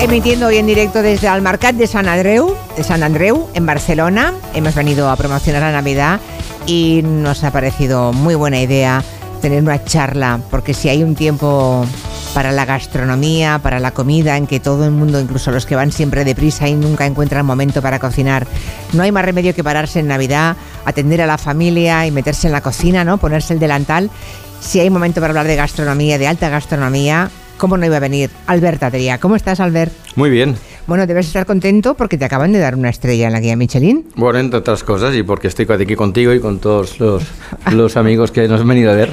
emitiendo hoy en directo desde Almarcat de San Andreu, de San Andreu, en Barcelona. Hemos venido a promocionar la Navidad y nos ha parecido muy buena idea tener una charla, porque si hay un tiempo para la gastronomía, para la comida, en que todo el mundo, incluso los que van siempre deprisa y nunca encuentran momento para cocinar, no hay más remedio que pararse en Navidad, atender a la familia y meterse en la cocina, ¿no? Ponerse el delantal. Si hay momento para hablar de gastronomía, de alta gastronomía, ¿cómo no iba a venir? Albert Atria, ¿cómo estás, Albert? Muy bien. Bueno, debes estar contento porque te acaban de dar una estrella en la guía Michelin. Bueno, entre otras cosas, y porque estoy aquí contigo y con todos los, los amigos que nos han venido a ver.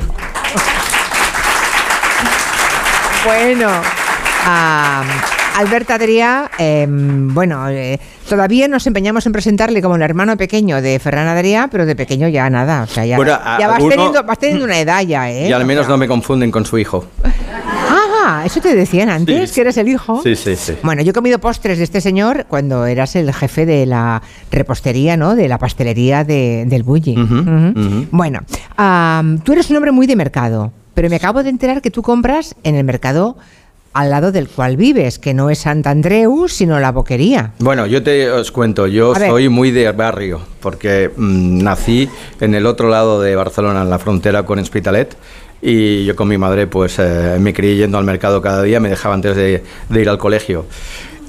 Bueno, ah, Alberta Adrià, eh, bueno, eh, todavía nos empeñamos en presentarle como el hermano pequeño de Ferran Adrià, pero de pequeño ya nada, o sea, ya, Bueno, a- ya vas, alguno- teniendo, vas teniendo una edad ya, ¿eh? Y al menos O sea, no me confunden con su hijo. Ah, eso te decían antes, Sí. que eres el hijo. Sí, sí, sí. Bueno, yo he comido postres de este señor cuando eras el jefe de la repostería, ¿no? De la pastelería de- del Bulli. Ujú, Ujú. ujú. Bueno, am, tú eres un hombre muy de mercado, pero me acabo de enterar que tú compras en el mercado al lado del cual vives, que no es Sant Andreu, sino la boquería. Bueno, yo te os cuento, yo A ver. soy muy de barrio, porque mm, nací en el otro lado de Barcelona, en la frontera con Hospitalet, y yo con mi madre pues eh, me crié yendo al mercado cada día, me dejaba antes de, de ir al colegio.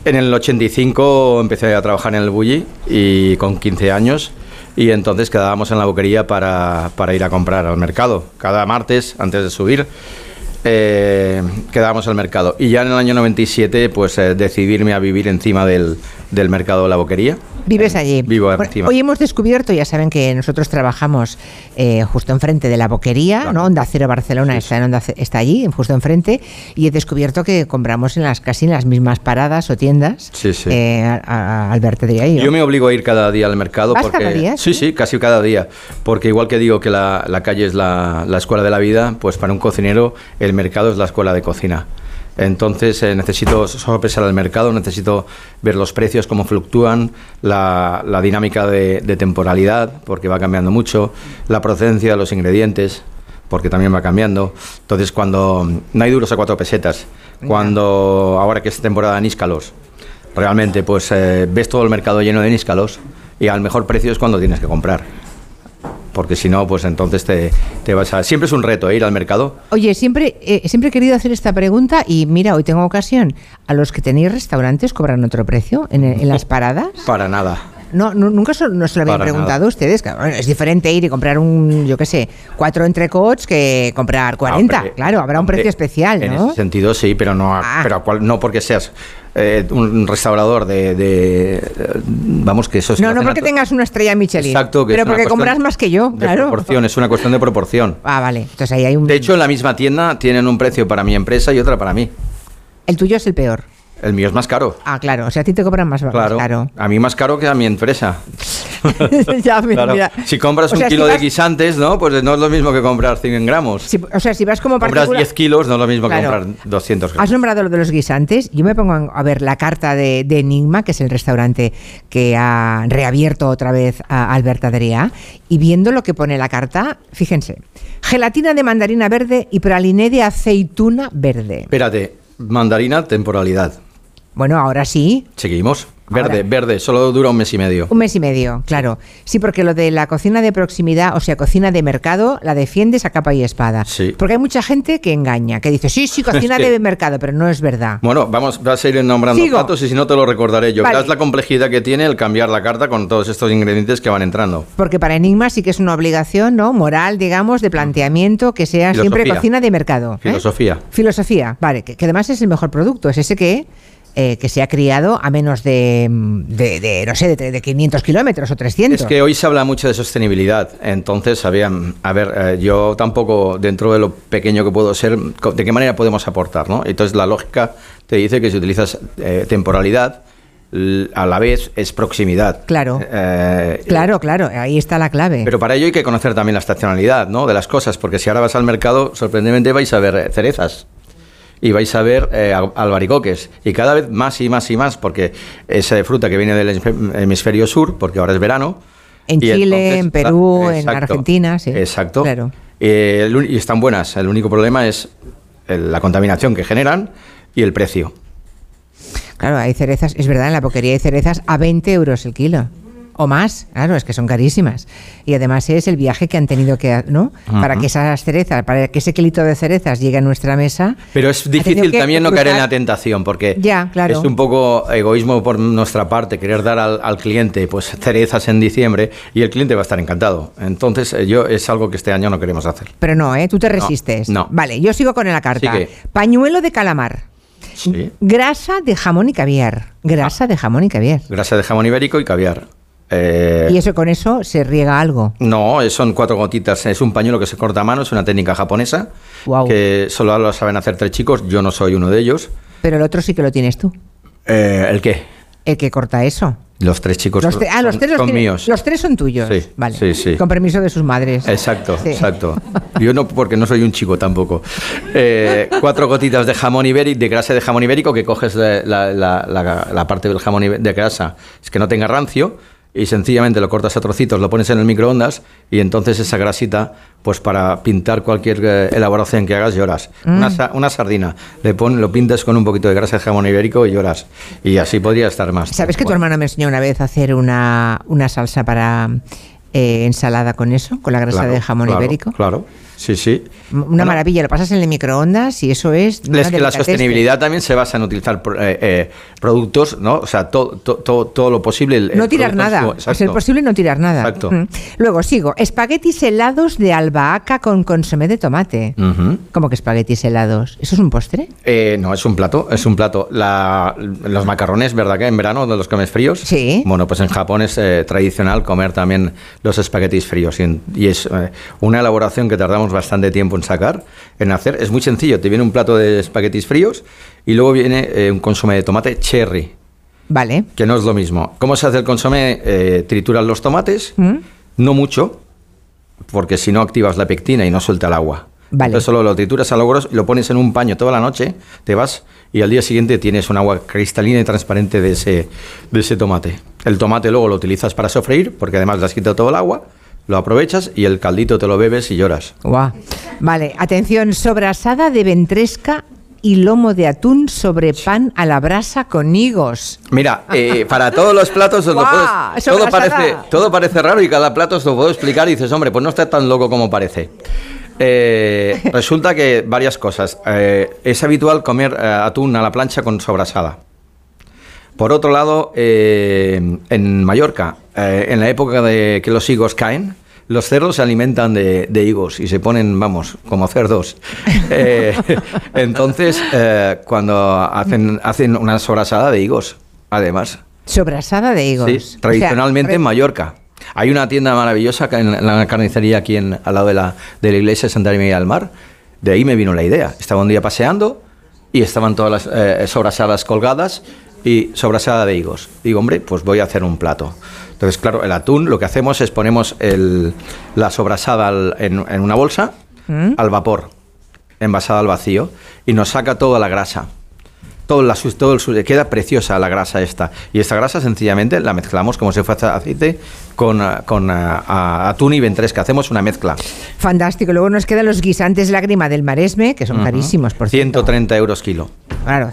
En el 85 empecé a trabajar en el Bulli, y con 15 años, y entonces quedábamos en la boquería para, para ir a comprar al mercado, cada martes antes de subir eh, quedábamos al mercado. Y ya en el año 97, pues eh, decidirme a vivir encima del, del mercado de la boquería. Vives allí. Vivo Bueno, encima. Hoy hemos descubierto, ya saben que nosotros trabajamos eh, justo enfrente de la boquería, Claro. ¿no? Onda Cero Barcelona está, en Onda Ce- está allí, justo enfrente, y he descubierto que compramos en las casi en las mismas paradas o tiendas. Sí, sí. eh, a- a- Alberto diría yo. Yo me obligo a ir cada día al mercado. ¿Vas porque, cada día? Sí, sí, casi cada día. Porque igual que digo que la, la calle es la, la escuela de la vida, pues para un cocinero el mercado es la escuela de cocina. Entonces eh, necesito sopesar el mercado, necesito ver los precios, cómo fluctúan, la, la dinámica de, de temporalidad, porque va cambiando mucho, la procedencia de los ingredientes, porque también va cambiando. Entonces, cuando no hay duros a cuatro pesetas, cuando ahora que es temporada de níscalos, realmente pues eh, ves todo el mercado lleno de níscalos y al mejor precio es cuando tienes que comprar. Porque si no, pues entonces te, te vas a... Siempre es un reto ¿eh? ir al mercado. Oye, siempre, eh, siempre he querido hacer esta pregunta y mira, hoy tengo ocasión. ¿A los que tenéis restaurantes cobran otro precio en, en las paradas? Para nada. No, nu- nunca se, no se lo habían Para preguntado nada. a ustedes. Claro, bueno, es diferente ir y comprar un, yo qué sé, cuatro entrecots que comprar 40. Ah, Hombre, claro, habrá un hombre, precio especial, eh, En ¿no? ese sentido sí, pero no, a- Ah. pero a cual- no porque seas eh, un restaurador de, de, eh, Vamos, que eso es... No, no porque tengas una estrella Michelin. Exacto, que es pero una porque cuestión compras más que yo, de claro. proporción, es una cuestión de proporción. Ah, vale. Entonces ahí hay un. De hecho, en la misma tienda tienen un precio para mi empresa y otra para mí. el tuyo es el peor. El mío es más caro. Ah, claro. O sea, a ti te cobran más más Claro. caro. A mí más caro que a mi empresa. Ya, mira, Claro. mira. Si compras O sea, un si kilo de vas- guisantes, ¿no? Pues no es lo mismo que comprar 100 gramos. si- o sea, si vas como compras particular. 10 kilos, no es lo mismo Claro. que comprar 200 gramos. Has nombrado lo de los guisantes. Yo me pongo a ver la carta de, de Enigma, que es el restaurante que ha reabierto otra vez a Alberta Adrià, y viendo lo que pone la carta, fíjense: gelatina de mandarina verde y praliné de aceituna verde. Espérate, mandarina, temporalidad. Bueno, ahora sí, Seguimos. Ahora. Verde, verde, solo dura un mes y medio. Un mes y medio, claro. Sí, porque lo de la cocina de proximidad, o sea, cocina de mercado, la defiendes a capa y espada. Sí. Porque hay mucha gente que engaña, que dice, sí, sí, cocina Es que- de mercado, pero no es verdad. Bueno, vamos, vas a ir nombrando Sigo. platos y si no te lo recordaré yo. Vale. Verás la complejidad que tiene el cambiar la carta con todos estos ingredientes que van entrando. Porque para Enigma sí que es una obligación, ¿no? Moral, digamos, de planteamiento, que sea siempre Filosofía. cocina de mercado. ¿eh? Filosofía. Filosofía, vale, que, que además es el mejor producto, es ese que, eh, que se ha criado a menos de, mm, de, de, no sé, de, tre- de 500 kilómetros o 300. Es que hoy se habla mucho de sostenibilidad, entonces, había- a ver, eh, yo tampoco, dentro de lo pequeño que puedo ser, co- ¿de qué manera podemos aportar? ¿no? Entonces, la lógica te dice que si utilizas eh, temporalidad, l- a la vez es proximidad. Claro. Eh, Claro, claro, ahí está la clave. Pero para ello hay que conocer también la estacionalidad ¿no? de las cosas, porque si ahora vas al mercado, sorprendentemente vais a ver eh, cerezas y vais a ver eh, al- albaricoques, y cada vez más y más y más, porque esa fruta que viene del hemisfe- hemisferio sur, porque ahora es verano. En y ah, Chile, en Perú, en exacto, Argentina, sí, Exacto. claro. Eh, el uni- y están buenas, el único problema es el- la contaminación que generan y el precio. Claro, hay cerezas, es verdad, en la poquería hay cerezas a 20 euros el kilo. O más, claro, es que son carísimas. Y además es el viaje que han tenido que, ¿no? Para que esas cerezas, para que ese kilito de cerezas llegue a nuestra mesa. Pero es difícil también no caer en la tentación, porque Ya, claro. es un poco egoísmo por nuestra parte querer dar al, al cliente pues cerezas en diciembre y el cliente va a estar encantado. Entonces, eh, yo es algo que este año no queremos hacer. Pero no, ¿eh? Tú te resistes. no. Vale, yo sigo con la carta. Sigue. Pañuelo de calamar. Sí. Grasa de jamón y caviar. Grasa de jamón y caviar. Grasa de jamón ibérico y caviar. Eh, Y eso con eso se riega algo. No, eh, son cuatro gotitas. Es un pañuelo que se corta a mano, es una técnica japonesa Guau. que solo lo saben hacer tres chicos. Yo no soy uno de ellos. Pero el otro sí que lo tienes tú. Eh, ¿El qué? El que corta eso. Los tres chicos Los tre- ah, los Pues son- tres los son tiene- míos. Los tres son tuyos. Sí, vale. sí, sí. Con permiso de sus madres. Exacto, Sí. exacto. Yo no, porque no soy un chico tampoco. Eh, cuatro gotitas de jamón ibérico, de grasa de jamón ibérico, que coges de la, la- la- la parte del jamón ibe- de grasa, es que no tenga rancio, y sencillamente lo cortas a trocitos, lo pones en el microondas, y entonces esa grasita, pues para pintar cualquier eh, elaboración que hagas, lloras. Mm. Una, sa- una sardina, le pon, lo pintas con un poquito de grasa de jamón ibérico y lloras. Y así podría estar más. ¿Sabes que tu Bueno, hermana me enseñó una vez a hacer una, una salsa para eh, ensalada con eso? Con la grasa claro, de jamón claro, ibérico. Claro, sí, sí. M- Una Bueno, maravilla. Lo pasas en el microondas y eso es. una Es que la delicatessen. sostenibilidad también se basa en utilizar pro- eh, eh, productos, ¿no? O sea, to- to- to- todo lo posible. el- el No tirar producto en nada. su- A ser exacto. posible no tirar nada. Exacto. Mm. Luego sigo. Espaguetis helados de albahaca con consomé de tomate. Ujú. ¿Cómo que espaguetis helados? ¿Eso es un postre? Eh, no, es un plato, es un plato. La- los macarrones, ¿verdad que en verano de los comes fríos? Sí. Bueno, pues en Japón es eh, tradicional comer también los espaguetis fríos y, en- y es eh, una elaboración que tardamos bastante tiempo en sacar, en hacer. Es muy sencillo, te viene un plato de espaguetis fríos y luego viene eh, un consomé de tomate cherry. Vale. Que no es lo mismo. ¿Cómo se hace el consomé? Eh, trituras los tomates, Mm. no mucho, porque si no activas la pectina y no suelta el agua. Vale. Entonces solo lo trituras a lo grosso, lo pones en un paño toda la noche, te vas y al día siguiente tienes un agua cristalina y transparente de ese, de ese tomate. El tomate luego lo utilizas para sofreír, porque además le has quitado todo el agua, lo aprovechas y el caldito te lo bebes y lloras. Guau. Vale, atención, sobrasada de ventresca y lomo de atún sobre pan a la brasa con higos. Mira, eh, para todos los platos os lo ¡Guau! puedo- Eso todo, me la saca. parece, todo parece raro y cada plato os lo puedo explicar y dices, hombre, pues no está tan loco como parece. Eh, resulta que varias cosas. Eh, es habitual comer eh, atún a la plancha con sobrasada. Por otro lado, eh, en Mallorca, eh, en la época de que los higos caen, los cerdos se alimentan de, de higos y se ponen, vamos, como cerdos. Eh, entonces, eh, cuando hacen, hacen una sobrasada de higos, además. Sobrasada de higos. Sí, O sea, tradicionalmente re- en Mallorca. Hay una tienda maravillosa ca- en la- en la carnicería aquí en, al lado de la, de la iglesia de Santa María del Mar. De ahí me vino la idea. Estaba un día paseando y estaban todas las eh, sobrasadas colgadas y sobrasada de higos. Digo, hombre, pues voy a hacer un plato. Entonces, claro, el atún lo que hacemos es ponemos el- la sobrasada al- en, en una bolsa Mm. al vapor, envasada al vacío, y nos saca toda la grasa todo, la, sus- todo el su- queda preciosa la grasa esta. Y esta grasa sencillamente la mezclamos como si fuese aceite con, ah, con ah, ah, atún y ventresca. Hacemos una mezcla. Fantástico. Luego nos quedan los guisantes lágrima del maresme, que son carísimos, por cierto. 130 euros kilo. Claro.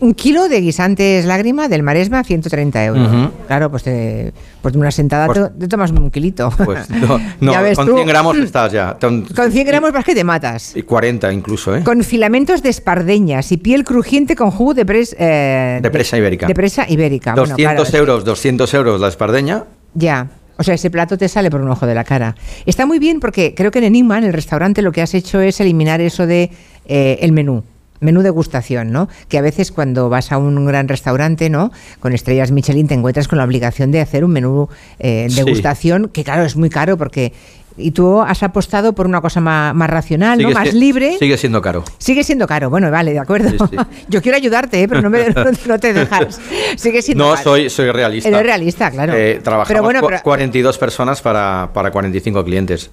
Un kilo de guisantes lágrima del maresma, 130 euros. Ujú. Claro, pues, te, pues de una sentada Pues- te, te tomas un kilito. Pues no, no, Ya ves con tú. 100 gramos estás ya. Ton- Con 100 gramos vas que te matas. Y 40 incluso, ¿eh? Con filamentos de espardeñas y piel crujiente con jugo de, pres- eh, De presa ibérica. De presa ibérica. Bueno, 200 claro, es- euros, 200 euros la espardeña. Ya. O sea, ese plato te sale por un ojo de la cara. Está muy bien porque creo que en Enigma, en el restaurante, lo que has hecho es eliminar eso de eh, el menú. Menú degustación, ¿no? Que a veces cuando vas a un gran restaurante, ¿no? Con estrellas Michelin te encuentras con la obligación de hacer un menú eh, Sí. degustación, que claro, es muy caro porque... Y tú has apostado por una cosa ma- más, racional, ¿no? Sigue Más si- libre. Sigue siendo caro. Sigue siendo caro, bueno, vale, de acuerdo. Sí, sí. Yo quiero ayudarte, ¿eh? pero no, me, no, no te dejas. Sigue siendo No, caro. soy, soy realista. Eres realista, claro. Eh, trabajamos Pero bueno, cu- pero- 42 personas para, para 45 clientes.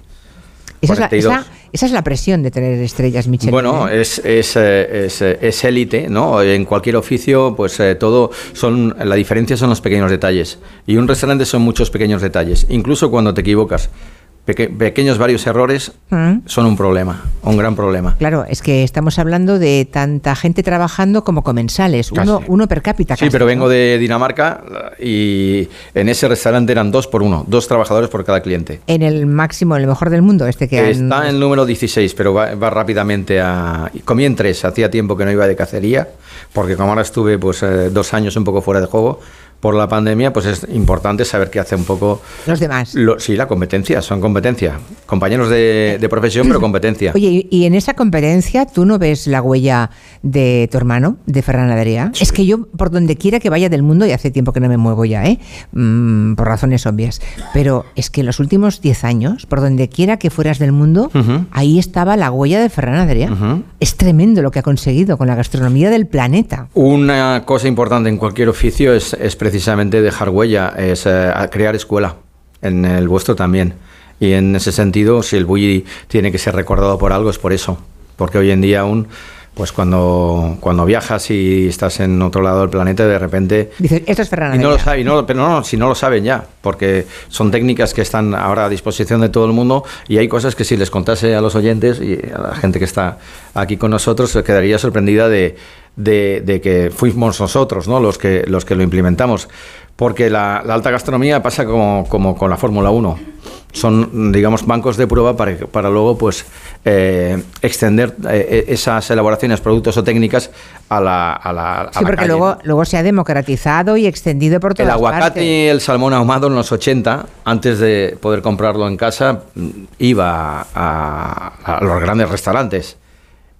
Esa es, la, 42. esa- esa es la presión de tener estrellas Michelin. Bueno, ¿eh? es es, eh, es, eh, es élite, ¿no? En cualquier oficio, pues eh, todo son la diferencia son los pequeños detalles. Y un restaurante son muchos pequeños detalles, incluso cuando te equivocas. peque- pequeños varios errores Mm. son un problema, un gran problema. Claro, es que estamos hablando de tanta gente trabajando como comensales, uno, Casi. uno per cápita. Sí, casi, pero ¿no? vengo de Dinamarca y en ese restaurante eran dos por uno, dos trabajadores por cada cliente. En el máximo, en el mejor del mundo, este que han- Está en el número 16, pero va, va rápidamente a... Comí en tres, hacía tiempo que no iba de cacería, porque como ahora estuve pues eh, dos años un poco fuera de juego por la pandemia, pues es importante saber qué hace un poco... los demás. Lo- sí, la competencia, son competencia. Compañeros de, de profesión, pero competencia. Oye, ¿y y en esa competencia tú no ves la huella de tu hermano, de Ferran Adrià? Es que yo, por donde quiera que vaya del mundo, y hace tiempo que no me muevo ya, ¿eh? Mm, por razones obvias, pero es que en los últimos 10 años, por donde quiera que fueras del mundo, Ujú. ahí estaba la huella de Ferran Adrià. Ujú. Es tremendo lo que ha conseguido con la gastronomía del planeta. Una cosa importante en cualquier oficio es, es precisamente dejar huella, es eh, crear escuela, en el vuestro también. Y en ese sentido, si el bully tiene que ser recordado por algo, es por eso. Porque hoy en día aún, pues cuando, cuando viajas y estás en otro lado del planeta, de repente Dices, esto es Ferran y Adrià. no lo saben, pero no, no, si no lo saben ya, porque son técnicas que están ahora a disposición de todo el mundo y hay cosas que si les contase a los oyentes y a la gente que está aquí con nosotros se quedaría sorprendida de, de- de que fuimos nosotros ¿no? los, que, los que lo implementamos. Porque la, la alta gastronomía pasa como, como con la Fórmula 1. Son, digamos, bancos de prueba para, para luego pues eh, extender eh, esas elaboraciones, productos o técnicas a la, a la, a Sí, la porque calle, ¿no? luego, luego se ha democratizado y extendido por todas El aguacate partes. y el salmón ahumado en los 80, antes de poder comprarlo en casa, mm, iba a, a los grandes restaurantes.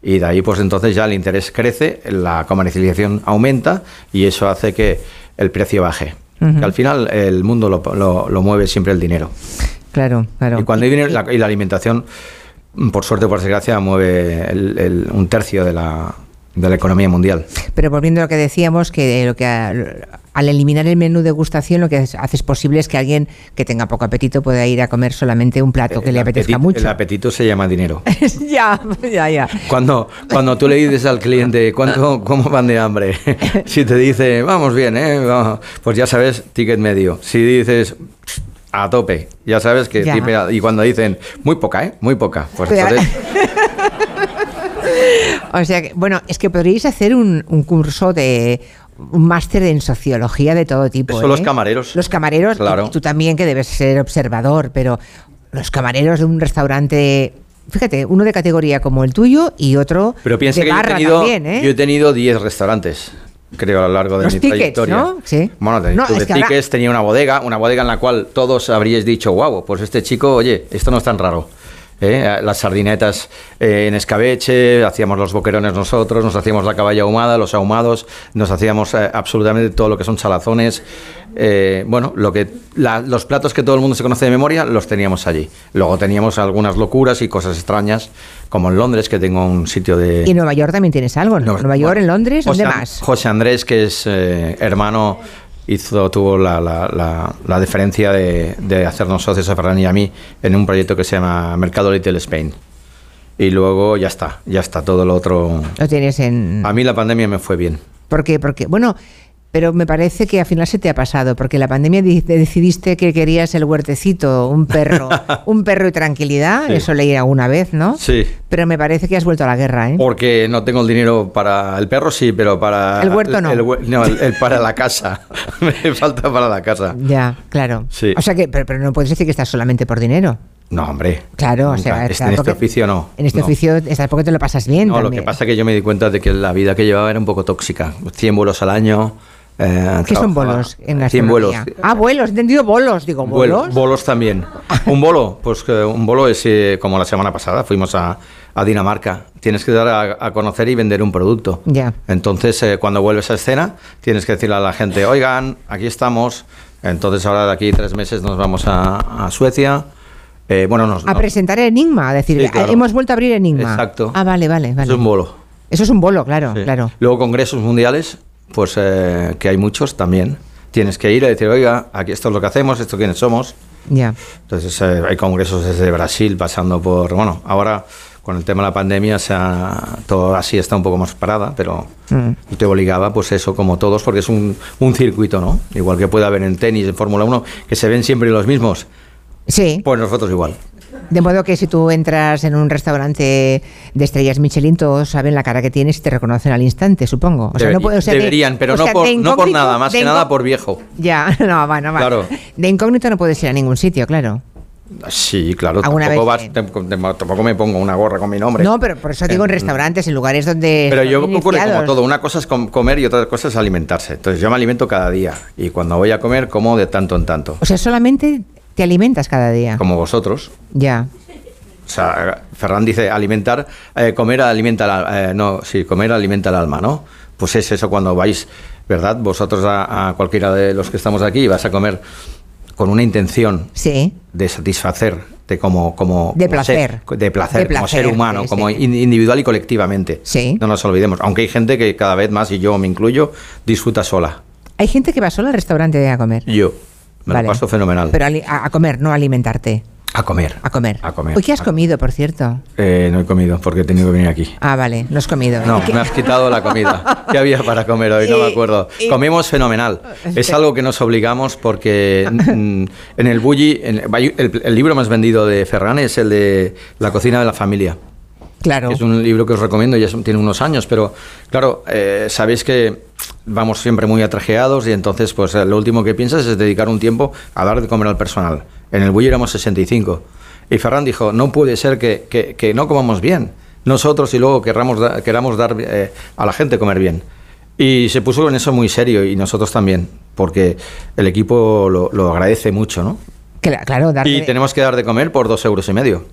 Y de ahí, pues entonces ya el interés crece, la comercialización aumenta y eso hace que el precio baje. Que al final el mundo lo, lo- lo mueve siempre el dinero. Claro, claro. Y cuando hay dinero, la, y la alimentación, mm, por suerte o por desgracia, mueve el- el- un tercio de la, de la economía mundial. Pero volviendo a lo que decíamos, que eh, lo que a- al eliminar el menú degustación lo que haces- haces posible es que alguien que tenga poco apetito pueda ir a comer solamente un plato que le El apetezca apetito- El mucho. apetito se llama dinero. ya, ya, ya. Cuando, cuando tú le dices al cliente cuánto cómo van de hambre, si te dice, vamos bien, ¿eh? Vamos", pues ya sabes, ticket medio. Si dices, a tope, ya sabes que... Ya. tipe- y cuando dicen, muy poca, ¿eh? Muy poca. Pues Pero- entonces, O sea, que, bueno, es que podríais hacer un, un curso de un máster en sociología de todo tipo. Eso ¿eh? los camareros. Los camareros, Claro. y tú también que debes ser observador, pero los camareros de un restaurante, fíjate, uno de categoría como el tuyo y otro pero piensa de que yo he, barra tenido, también, ¿eh? yo he tenido 10 restaurantes. Creo a lo largo de Los mi tickets, trayectoria. ¿no? Sí. Bueno, de, No, tuve es que ahora- tickets, tenía una bodega, una bodega en la cual todos habríais dicho, guau, pues este chico, oye, esto no es tan raro. ¿eh? Las sardinetas eh, en escabeche, hacíamos los boquerones nosotros, nos hacíamos la caballa ahumada, los ahumados, nos hacíamos eh, absolutamente todo lo que son salazones. eh, bueno, lo que la- los platos que todo el mundo se conoce de memoria los teníamos allí. Luego teníamos algunas locuras y cosas extrañas, como en Londres, que tengo un sitio de... Y en Nueva York también tienes algo, ¿no? No, Nueva York, bueno, en Londres, ¿dónde José- más? José Andrés, que es eh, hermano, hizo, tuvo la, la, la- la deferencia de, de hacernos socios a Ferran y a mí en un proyecto que se llama Mercado Little Spain. Y luego ya está, ya está todo lo otro. Lo tienes en... A mí la pandemia me fue bien. ¿Por qué? Porque, bueno, pero me parece que al final se te ha pasado, porque la pandemia di- decidiste que querías el huertecito, un perro, un perro y tranquilidad, Sí. eso leí alguna vez, ¿no? Sí. Pero me parece que has vuelto a la guerra, ¿eh? Porque no tengo el dinero para el perro, sí, pero para. El huerto no. el hue- no, el- el para la casa. me falta para la casa. Ya, claro. Sí. O sea que, pero, pero no puedes decir que estás solamente por dinero. No, hombre. Claro, o sea, Nunca. Este- en tampoco- este oficio no. En este no. oficio es- tampoco te lo pasas bien. No, lo también. que pasa es que yo me di cuenta de que la vida que llevaba era un poco tóxica. 100 vuelos al año. Eh, ¿Qué son trabajaba- bolos en 100 vuelos. gastronomía? Ah, vuelos, he entendido bolos, digo, Vuelo- bolos. bolos también. ¿Un bolo? Pues que un bolo es eh, como la semana pasada, fuimos a, a Dinamarca. Tienes que dar a, a conocer y vender un producto. Ya. Entonces, eh, cuando vuelves a escena, tienes que decirle a la gente, oigan, aquí estamos. Entonces, ahora de aquí tres meses nos vamos a, a Suecia. Eh, bueno, nos, a no. presentar Enigma, a decir, "Ah, Sí, claro. hemos vuelto a abrir Enigma. Exacto. Ah, vale, vale, vale. Es un bolo. Eso es un bolo, claro, Sí. claro. Luego congresos mundiales, pues eh, que hay muchos también. Tienes que ir a decir, oiga, aquí esto es lo que hacemos, esto quiénes somos. Ya. Entonces eh, hay congresos desde Brasil, pasando por, bueno, ahora con el tema de la pandemia se ha- todo así está un poco más parada, pero Mm. te obligaba pues eso como todos, porque es un, un circuito, ¿no? Igual que puede haber en tenis, en Fórmula 1, que se ven siempre los mismos. Sí. Pues nosotros igual. De modo que si tú entras en un restaurante de estrellas Michelin, todos saben la cara que tienes y te reconocen al instante, supongo. O sea, no puede, o sea, deberían, de, pero o sea, no, por, no, por, nada, más que nada por viejo. Ya, no, va, no va. Claro. De incógnito no puedes ir a ningún sitio, claro. Sí, claro, tampoco, vas, que... tampoco, me pongo una gorra con mi nombre. No, pero por eso digo en, en restaurantes, en lugares donde. Eh, Pero yo ocurre como todo: una cosa es comer y otra cosa es alimentarse. Entonces yo me alimento cada día y cuando voy a comer, como de tanto en tanto. O sea, solamente te alimentas cada día. Como vosotros. Ya. O sea, Ferran dice alimentar, eh, comer alimenta eh, no, sí, comer alimenta el alma, ¿no? Pues es eso cuando vais, ¿verdad? Vosotros a, a cualquiera de los que estamos aquí vas a comer con una intención sí. de satisfacerte como, como, de, como placer. Ser, de placer, de placer, como ser humano, sí, como sí. individual y colectivamente. No nos olvidemos, aunque hay gente que cada vez más, y yo me incluyo, disfruta sola. ¿Hay gente que va sola al restaurante a comer? Yo, me vale. lo paso fenomenal. Pero a, a comer, no a alimentarte. A comer. A comer. A comer. ¿Hoy qué has comido, por cierto? Eh, no he comido porque he tenido que venir aquí. Ah, vale, no has comido. No, me has quitado la comida. ¿Qué había para comer hoy? No me acuerdo. Comimos fenomenal. Es algo que nos obligamos porque mm, en el Bulli, en el, el, libro más vendido de Ferran es el de La cocina de la familia. Claro. Es un libro que os recomiendo, ya son, tiene unos años, pero claro, eh, sabéis que vamos siempre muy atrajeados y entonces pues lo último que piensas es dedicar un tiempo a dar de comer al personal. En el Bulli éramos 65. Y Ferran dijo, no puede ser que, que, que no comamos bien nosotros y luego queramos, queramos dar eh, a la gente comer bien. Y se puso en eso muy serio y nosotros también, porque el equipo lo, lo agradece mucho, ¿no? Claro, claro darle... Y tenemos que dar de comer por dos euros y medio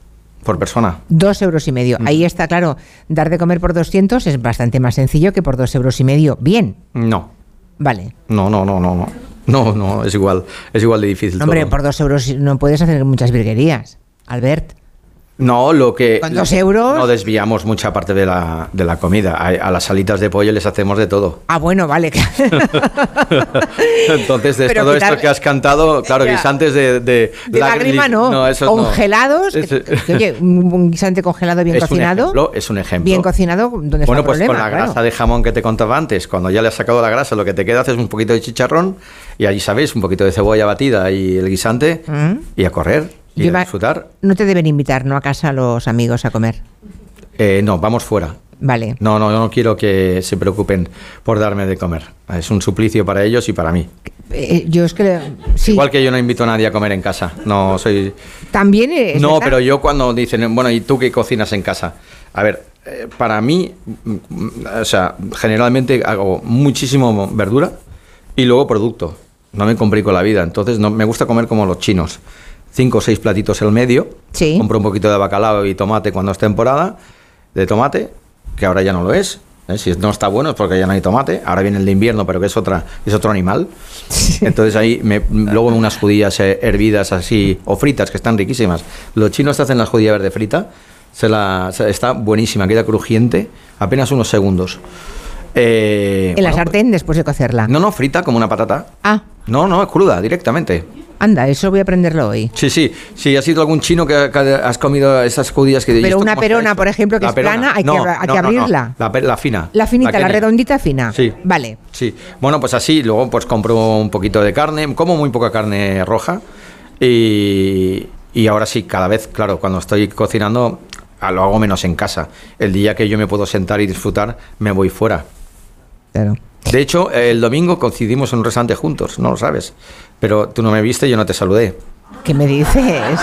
por persona. Dos euros y medio. Mm. Ahí está claro. Dar de comer por 200 es bastante más sencillo que por dos euros y medio. Bien. No. Vale. No, no, no, no, no. No, no, es igual, es igual de difícil. Hombre, todo. por dos euros no puedes hacer muchas virguerías, Albert. No, lo que... Con dos euros... No desviamos mucha parte de la, de la comida. A, a, las salitas de pollo les hacemos de todo. Ah, bueno, vale. Entonces, de Pero todo quitar... esto que has cantado, claro, ya. guisantes de... De, de la... lágrima no. no esos Congelados. No. Es... Que, oye, un guisante congelado bien es cocinado. Un ejemplo, es un ejemplo. Bien cocinado, ¿dónde Bueno, está pues el problema, con la claro. grasa de jamón que te contaba antes, cuando ya le has sacado la grasa, lo que te queda haces un poquito de chicharrón y allí, ¿sabéis? Un poquito de cebolla batida y el guisante ¿Mm? y a correr. Y Yo disfrutar. No te deben invitar, ¿no? A casa los amigos a comer. Eh, no, vamos fuera. Vale. No, no, no quiero que se preocupen por darme de comer. Es un suplicio para ellos y para mí. Eh, yo es que. Sí. Igual que yo no invito a nadie a comer en casa. No, soy. También eh, es. No, verdad? pero yo cuando dicen, bueno, ¿y tú qué cocinas en casa? A ver, eh, para mí, mm, o sea, generalmente hago muchísimo verdura y luego producto. No me complico la vida. Entonces, no, me gusta comer como los chinos cinco o seis platitos el medio. Sí. Compro un poquito de bacalao y tomate cuando es temporada de tomate, que ahora ya no lo es. ¿eh? Si no está bueno es porque ya no hay tomate. Ahora viene el de invierno, pero que es otra, es otro animal. Sí. Entonces ahí me, luego unas judías eh, hervidas así o fritas que están riquísimas. Los chinos hacen la judía verde frita. Se la, se, está buenísima, queda crujiente, apenas unos segundos. Eh, ¿En bueno, la sartén después de cocerla? No, no, frita como una patata. Ah. No, no, es cruda, directamente. Anda, eso voy a aprenderlo hoy. Sí, sí. Si sí, has sido algún chino que, que, has comido esas judías que... Pero una perona, por ejemplo, que la es perona. plana, hay, no, que, hay no, que, abrirla. No, la, la, fina. La finita, la, la redondita fina. Sí. Vale. Sí. Bueno, pues así, luego pues compro un poquito de carne, como muy poca carne roja. Y, y ahora sí, cada vez, claro, cuando estoy cocinando, ah, lo hago menos en casa. El día que yo me puedo sentar y disfrutar, me voy fuera. Claro. De hecho, el domingo coincidimos en un restaurante juntos, no lo sabes. Pero tú no me viste, yo no te saludé. ¿Qué me dices?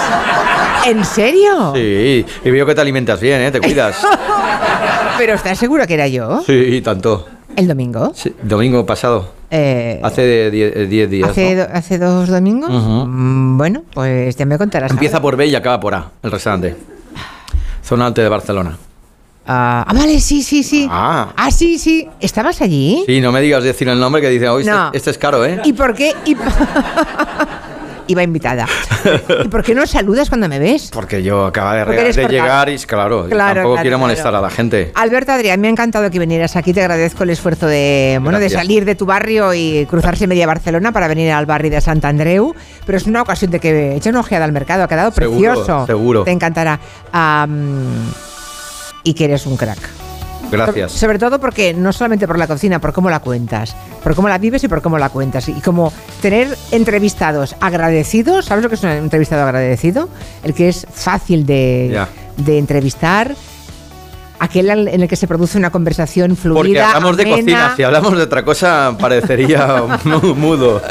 ¿En serio? Sí, y veo que te alimentas bien, ¿eh? Te cuidas. ¿Pero estás seguro que era yo? Sí, tanto. ¿El domingo? Sí, domingo pasado. Eh, hace 10 días. Hace, ¿no? do, hace, dos domingos? Uh -huh. Bueno, pues ya me contarás. Empieza ahora. por B y acaba por A, el restaurante. Zona Alte de Barcelona. Ah, ah, vale, sí, sí, sí. Ah. ah. sí, sí. ¿Estabas allí? Sí, no me digas decir el nombre que dice, hoy oh, no. este, este, es caro, ¿eh? ¿Y por qué? Y... Iba invitada. ¿Y por qué no saludas cuando me ves? Porque yo acaba de, de llegar y, claro, claro tampoco claro, Ah, quiero molestar claro. a la gente. Alberto Adrián, me ha encantado que vinieras aquí. Te agradezco el esfuerzo de, bueno, Gracias. de salir de tu barrio y cruzarse media Barcelona para venir al barrio de Sant Andreu. Pero es una ocasión de que echa una ojeada al mercado. Ha quedado seguro, precioso. Seguro. Te encantará. Um, y que eres un crack. Gracias. So- sobre todo porque no solamente por la cocina, por cómo la cuentas, por cómo la vives y por cómo la cuentas. Y como tener entrevistados agradecidos, ¿sabes lo que es un entrevistado agradecido? El que es fácil de, Ya. de entrevistar. Aquel al- en el que se produce una conversación fluida. Porque hablamos de amena. cocina, si hablamos de otra cosa parecería mu- mudo.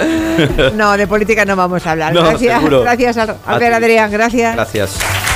No, de política no vamos a hablar. No, gracias, seguro. gracias. Al- A, A ver, ti. Adrián, gracias. Gracias.